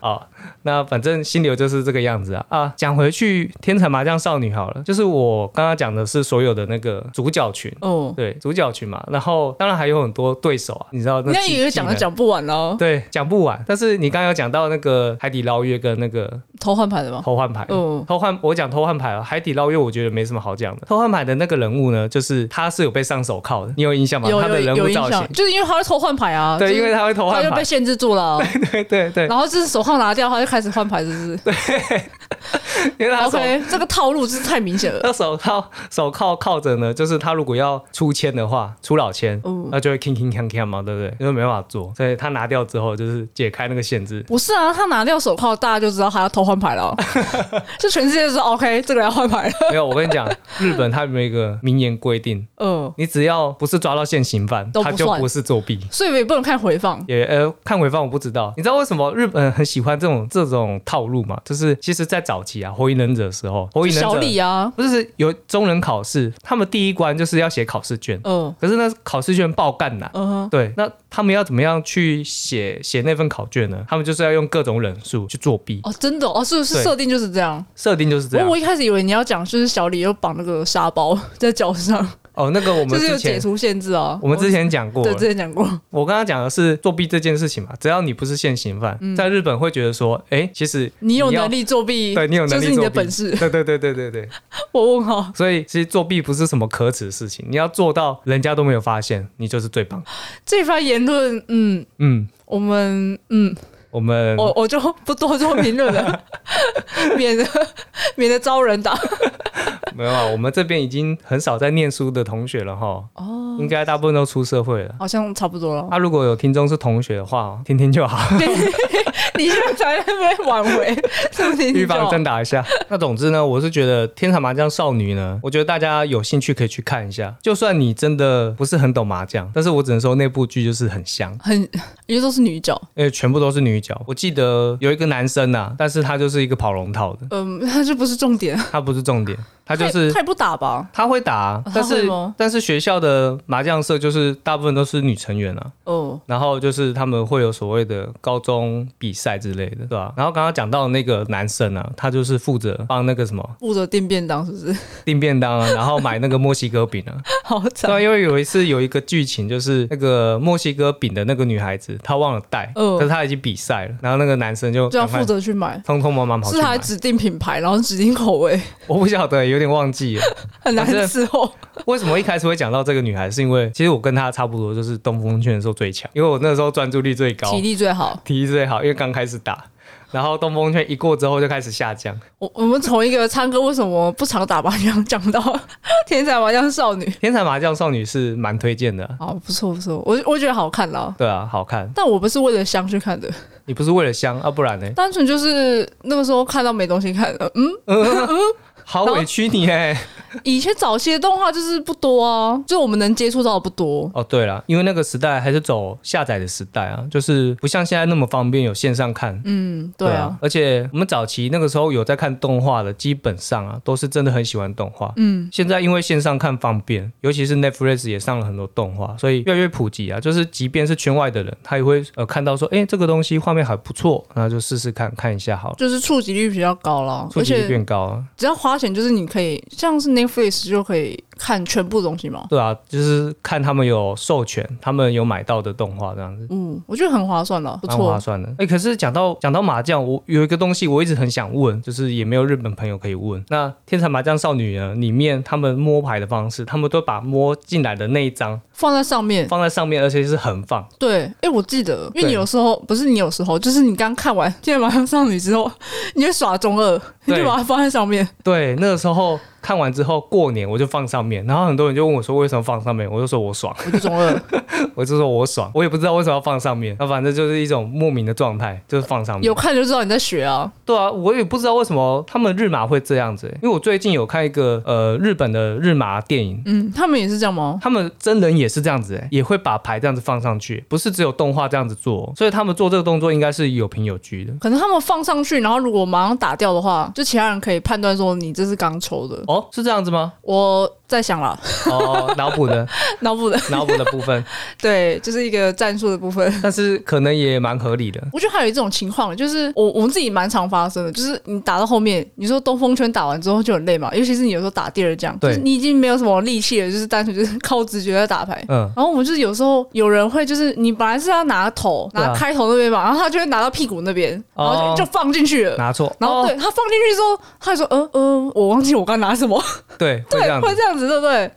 哦，那反正心流就是这个样子啊啊！讲回去《天才麻将少女》好了，就是我刚刚讲的是所有的那个主角群，
哦，
对主角群嘛，然后当然还有很多对手啊，你知道那
那
技
一个讲都。
技能
讲不完哦，
[LAUGHS] 对，讲不完。但是你刚刚有讲到那个海底捞月跟那个
偷换牌的吗？
偷换牌，
哦，
偷换我讲偷换牌了。啊海底捞月我觉得没什么好讲的。偷换牌的那个人物呢，就是他是有被上手铐的，你有印象吗？
有
他的
有
人
有
物
印
造型
象，，就是因为他会偷换牌啊。
对，
就是
因为他会偷
他
换
就
牌
被，限制住了啊，
[LAUGHS] 对对
[LAUGHS]
对，
然后这手铐拿掉，他就开始换牌，是不是
因为他手
？OK，这个套路真是太明显了。
那手铐手铐铐着呢，就是他如果要出签的话，出老签，
哦
那就会 king king king king 嘛，对不对？因为没办法做，所以他拿掉之后就是解开那个限
[LAUGHS]
制。
不是啊，他拿掉手铐，大家就知道他要偷换牌
[LAUGHS]
了哦，就全世界都知道哦 OK，这个人要换牌了。
没有，我跟你讲，日本他们有一个明言规定，
嗯，
你只要不是抓到现行犯，
都不
他就
算
不是作弊。
所以也不能看回放。
也呃，看回放我不知道，你知道为什么日本很喜欢这种这种套路吗？就是其实，在早期啊，《火影忍者》的时候，《火
就
影忍者
小》李啊，
不是有中忍考试，他们第一关就是要写考试卷，
嗯
可是那考试卷爆干难，
嗯哼，
对，那他们要怎么样去写写那份考卷呢？他们就是要用各种忍术去作弊，
哦，真的哦，是是
对
设定就是这样。
设定就是这
不
样
过。我一开始以为你要讲就是小李又绑那个沙包 [LAUGHS] 在脚上，
哦，那个我
就
们
是有
之
解
前
除限制啊。
我们之前讲过
对
了，
之前讲过，
我刚刚讲的是作弊这件事情嘛，只要你不是现行犯，在日本会觉得说，哎，其实
嗯你有
要
能，力作弊，
对你有能
这
力
是你
作
的
弊
本事。 [LAUGHS]
对对对对对对，
我问号，
所以其实作弊不是什么可耻的事情，你要做到人家都没有发现，你就是最棒。
这番言论，嗯，
嗯，
我们嗯，
我们
我我就不多做评论
[LAUGHS]
了，免得免得招人打。
没有啊，我们这边已经很少在念书的同学了哈，
哦，
应该大部分都出社会了。
好像差不多了。
那、如果有听众是同学的话，听听就好，
[LAUGHS] 你现在才在那边挽 [LAUGHS] 回，是不是？
[LAUGHS] 预防针打一下。那总之呢，我是觉得《天才麻将少女》呢，我觉得大家有兴趣可以去看一下。就算你真的不是很懂麻将，但是我只能说那部剧就是很香，
很，因为都是女角，
因为全部都是女角。我记得有一个男生呐、但是他就是一个跑龙套的，
嗯，他这不是重点，
他不是重点， [LAUGHS] 他就是
他。也不打吧？
他会打啊、
哦他
但
会
是
吗
但是学校的麻将社就是大部分都是女成员啊，
哦，
然后就是他们会有所谓的高中比赛之类的，对吧、然后刚刚讲到那个男生啊，他就是负责帮那个什么
顾着订便当是不是？
订便当啊，然 [LAUGHS] 后买那个墨西哥饼啊。
[LAUGHS] 好
对
惨。
啊，因为有一次有一个剧情，就是那个墨西哥饼的那个女孩子，她忘了带，
嗯
可是她已经比赛了，然后那个男生就
就要
赶快
负责去买，
匆匆忙忙跑去
是他
买。
指定品牌，然后指定口味，
我不晓得，有点忘记了
很难
反正
伺候。
为什么一开始会讲到这个女孩，是因为其实我跟她差不多，就是东风圈的时候最强，因为我那时候专注力最高，
体力最好。
体力最好，因为刚开始打，然后东风圈一过之后就开始下降。
我我们从一个唱歌为什么不常打麻将讲到 [LAUGHS] 天才麻将少女，
天才麻将少女是蛮推荐的，啊
好不错不错，我我觉得好看啦。
对啊，好看。
但我不是为了香去看的，
你不是为了香啊，不然呢？
单纯就是那个时候看到没东西看了。嗯，
好委屈你哎、
以前早期的动画就是不多啊，就我们能接触到的不多。
哦，对了，因为那个时代还是走下载的时代啊，就是不像现在那么方便有线上看。
嗯，对啊，，
而且我们早期那个时候有在看动画的，基本上啊都是真的很喜欢动画。
嗯，
现在因为线上看方便，尤其是 Netflix 也上了很多动画，所以越来越普及啊。就是即便是圈外的人，他也会呃看到说，哎，这个东西画面还不错，那就试试看看一下好了，
就是触及率比较高啦，
触
而
及率
且
变高啊。
只要花钱，就是你可以像是 Netflix 就可以看全部东西吗？
对啊，就是看他们有授权，他们有买到的动画这样子。
嗯，我觉得很划算了，不
蛮划
错。
算的。哎、可是讲到讲到麻将，我有一个东西我一直很想问，就是也没有日本朋友可以问。那《天才麻将少女》呢，里面他们摸牌的方式，他们都把摸进来的那一张
放在上面，
放在上面，而且是横放。
对，哎、我记得，因为
对
你有时候不是你有时候，就是你刚看完《天马上少女》之后，你就耍中二，你就
对
把它放在上面。
对，那个时候看完之后，过年我就放上面，然后很多人就问我说为什么放上面，我就说我
[LAUGHS]
爽，
我就中二，
我就说我爽，我也不知道为什么要放上面，那反正就是一种莫名的状态，就是放上面。
有看就知道你在学啊。
对啊，我也不知道为什么他们日麻会这样子、欸因为我最近有看一个呃日本的日麻电影，
嗯，他们也是这样吗？
他们真人也是这样子、欸，也会把牌这样子放上去，不是只有动画这样子做，哦所以他们做这个动作应该是有凭有据的。
可能他们放上去，然后如果马上打掉的话，就其他人可以判断说你这是刚抽的。
哦，是这样子吗？
我在想啦，
哦， [LAUGHS] 脑补的，
[LAUGHS] 脑补的，
脑补的部分，
对，就是一个战术的部分。
但是可能也蛮合理的。
[LAUGHS] 我觉得还有一种情况，就是我我们自己蛮常发生的，就是你打到后面，你说东风圈打完之后就很累嘛，尤其是你有时候打第二将，就
对
是你已经没有什么力气了，就是单纯就是靠直觉在打牌。
嗯，
然后我们就是有时候有人会就是你本来是要拿头
对啊
拿开头那边嘛，然后他就会拿到屁股那边，然后
哦
就就放进去了。
拿错。
然后对、他放进去之后，他就说呃呃，我忘记我刚拿什么，
哦、对，会
对
这，样
会
子。
这样子，对不对？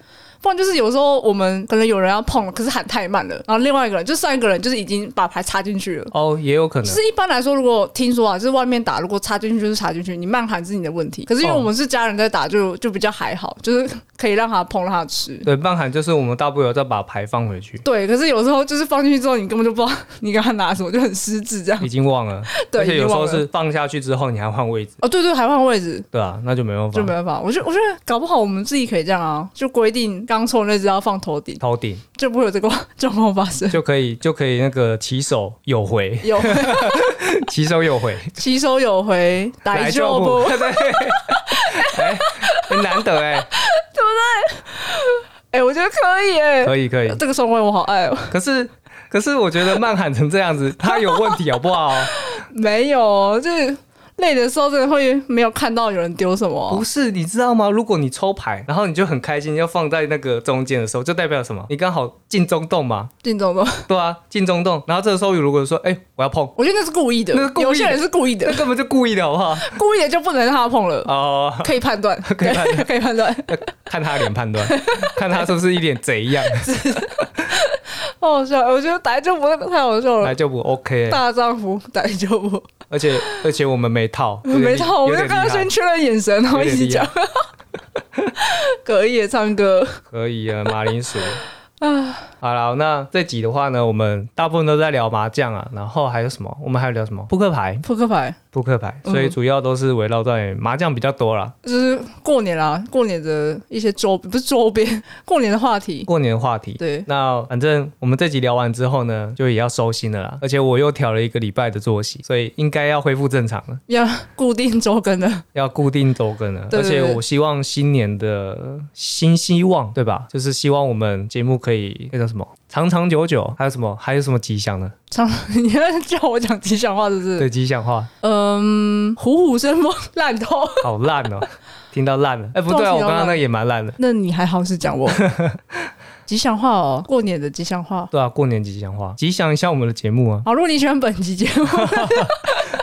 不然就是有时候我们可能有人要碰了，可是喊太慢了，然后另外一个人就上一个人就是已经把牌插进去了。
哦，也有可
就
能。
是一般来说，如果听说啊，就是外面打，如果插进去就是插进去，你慢喊是你的问题。可是因为
哦
我们是家人在打，就就比较还好，就是可以让他碰，让他吃。
对，半喊就是我们大不了再把牌放回去，
对，可是有时候就是放进去之后，你根本就不知道你刚刚拿什么，就很失智这样
[LAUGHS] 已。经忘了。
[LAUGHS] 对
而且
已经
有时
忘
候
了
是放下去之后你还换位置，
哦，对对，还换位置
对啊，那就没办
就没
法。
办法。我觉得我觉得搞不好我们自己可以这样啊，就规定刚抽那只要放头顶，
头顶
就不会有这个 [LAUGHS] 状况发
[LAUGHS]
生。
就可以就可以那个起手有回， [LAUGHS]
有
起手有回，
骑手有回，来就不。
对，哎，很难得哎，
[LAUGHS] 哎、我觉得可以哎、
可以可以。
这个双关我好爱哦。 [LAUGHS]
可是可是我觉得慢喊成这样子，他有问题好不好？
没有，哦就是累的时候真的会没有看到有人丢什么啊、
不是，你知道吗？如果你抽牌，然后你就很开心，要放在那个中间的时候，就代表什么？你刚好进中洞嘛，
进中洞，
对啊，进中洞。然后这个时候如果说，哎，我要碰，
我觉得那是故意的，
那是故意的
有些人是故意的
[LAUGHS] 那，根本就故意的好不好？
故意的就不能让他碰了，
哦、
可以判断，
[LAUGHS] 可以判断
对 [LAUGHS] 可以判断，
看他脸判断，看他是不是一脸贼
[LAUGHS]
一样，
哦好好笑，我觉得打就不会太好笑了
来。就不 OK 欸、
大
[LAUGHS]
丈夫打就不
而且而且我们没套，有点
没
厉
套，我
有
们就
点
刚刚
厉害
先确认眼神，然后
有
一
点
起
厉害
讲。隔夜唱歌，
可以啊，马铃薯。好了，那这集的话呢，我们大部分都在聊麻将啊，然后还有什么？我们还有聊什么？扑克牌，
扑克牌
扑克牌，
嗯
所以主要都是围绕在麻将比较多啦。
就是过年啦，过年的一些周不是周边，过年的话题。
过年的话题。
对，
那反正我们这集聊完之后呢，就也要收心了啦。而且我又调了一个礼拜的作息，所以应该要恢复正常了，
要 [LAUGHS] 固定周更的，
[LAUGHS] 要固定周更了。
对对
而
对
且我希望新年的新希望，对吧？就是希望我们节目可以那叫什么长长久久，还有什么还有什么吉祥呢？
唱，你要叫我讲吉祥话是不是？
对，吉祥话。
嗯，虎虎生风，烂透。 [LAUGHS]
[LAUGHS] 好烂哦、听到烂了。哎、不对啊，
到底要
我刚刚那个也蛮烂的。
那你还好
[LAUGHS]
是讲我吉祥话哦，过年的吉祥话。
对啊，过年吉祥话，吉祥一下我们的节目啊！
好，如果你喜欢本集节
[LAUGHS]
目，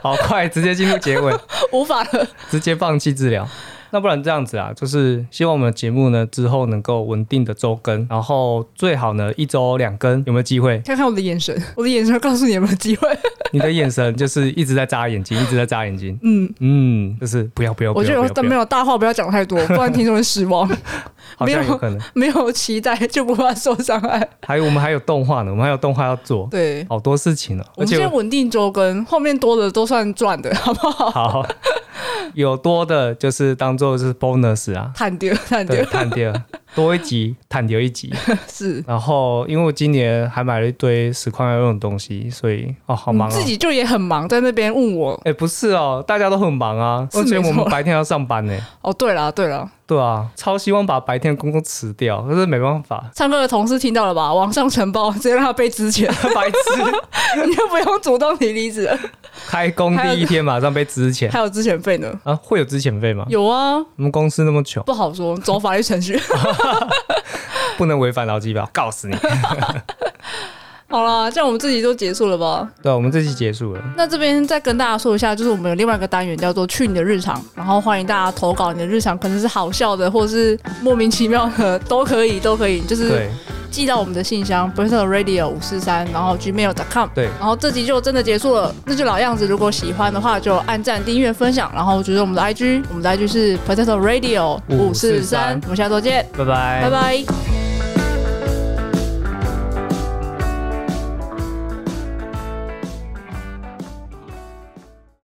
好快，直接进入结尾， [LAUGHS]
无法了。？
直接放弃治疗。那不然这样子啊，就是希望我们的节目呢之后能够稳定的周更，然后最好呢一周两更，有没有机会 [LAUGHS]
看看我的眼神，我的眼神告诉你有没有机会。
你的眼神就是一直在眨眼睛，一直在眨眼睛。
嗯，
嗯，就是不要不要不
我觉
要不
得我
要，
但
不
没
要
有大话，不要讲太多，不然听众会失望。 [LAUGHS]
好像
没有
有可能。
没有期待就不怕受伤害。
还有我们还有动画呢，我们还有动画要做，
对，
好多事情呢、哦
我
而
们
且
先稳定周更，后面多的都算赚的， [LAUGHS] 好不好？
好 [LAUGHS] 有多的就是当做是 bonus 啊，
探丢探
[LAUGHS]
丢
对，探掉多一集，探掉一 [LAUGHS] 集。
是。
然后因为我今年还买了一堆实况要用的东西，所以哦，好忙
你
啊、
自己就也很忙，在那边问我。
哎、不是哦，大家都很忙啊，
是
而且
没
我
错
们白天要上班呢。
哦，对啦对啦，，
对啊，超希望把白天的工作辞掉，可是没办法 [LAUGHS]
唱歌的同事听到了吧？网上呈报， [LAUGHS] 直接让他被支遣，
白痴，
你就不用主动提离职了。
开工第一天马上被支 [LAUGHS] 钱
还有支遣费呢？
啊？会有支钱费吗？
有啊，
我们公司那么穷，
不好说，走法律程序。 [LAUGHS]
不能违反劳基法，告死你！
好啦，这样我们这集就结束了吧？
对，啊我们这期结束了，
那这边再跟大家说一下，就是我们有另外一个单元叫做“去你的日常”，然后欢迎大家投稿你的日常，可能是好笑的，或是莫名其妙的，都可以，都可以，就是
对
寄到我们的信箱 b r i t a radio 五四三，然后 gmail.com。
对，
然后这集就真的结束了，那就老样子。如果喜欢的话，就按赞、订阅、分享，然后觉得我们的 IG，我们的 IG 是 Potato Radio 五四
543。
三我们下周见，
拜拜
拜拜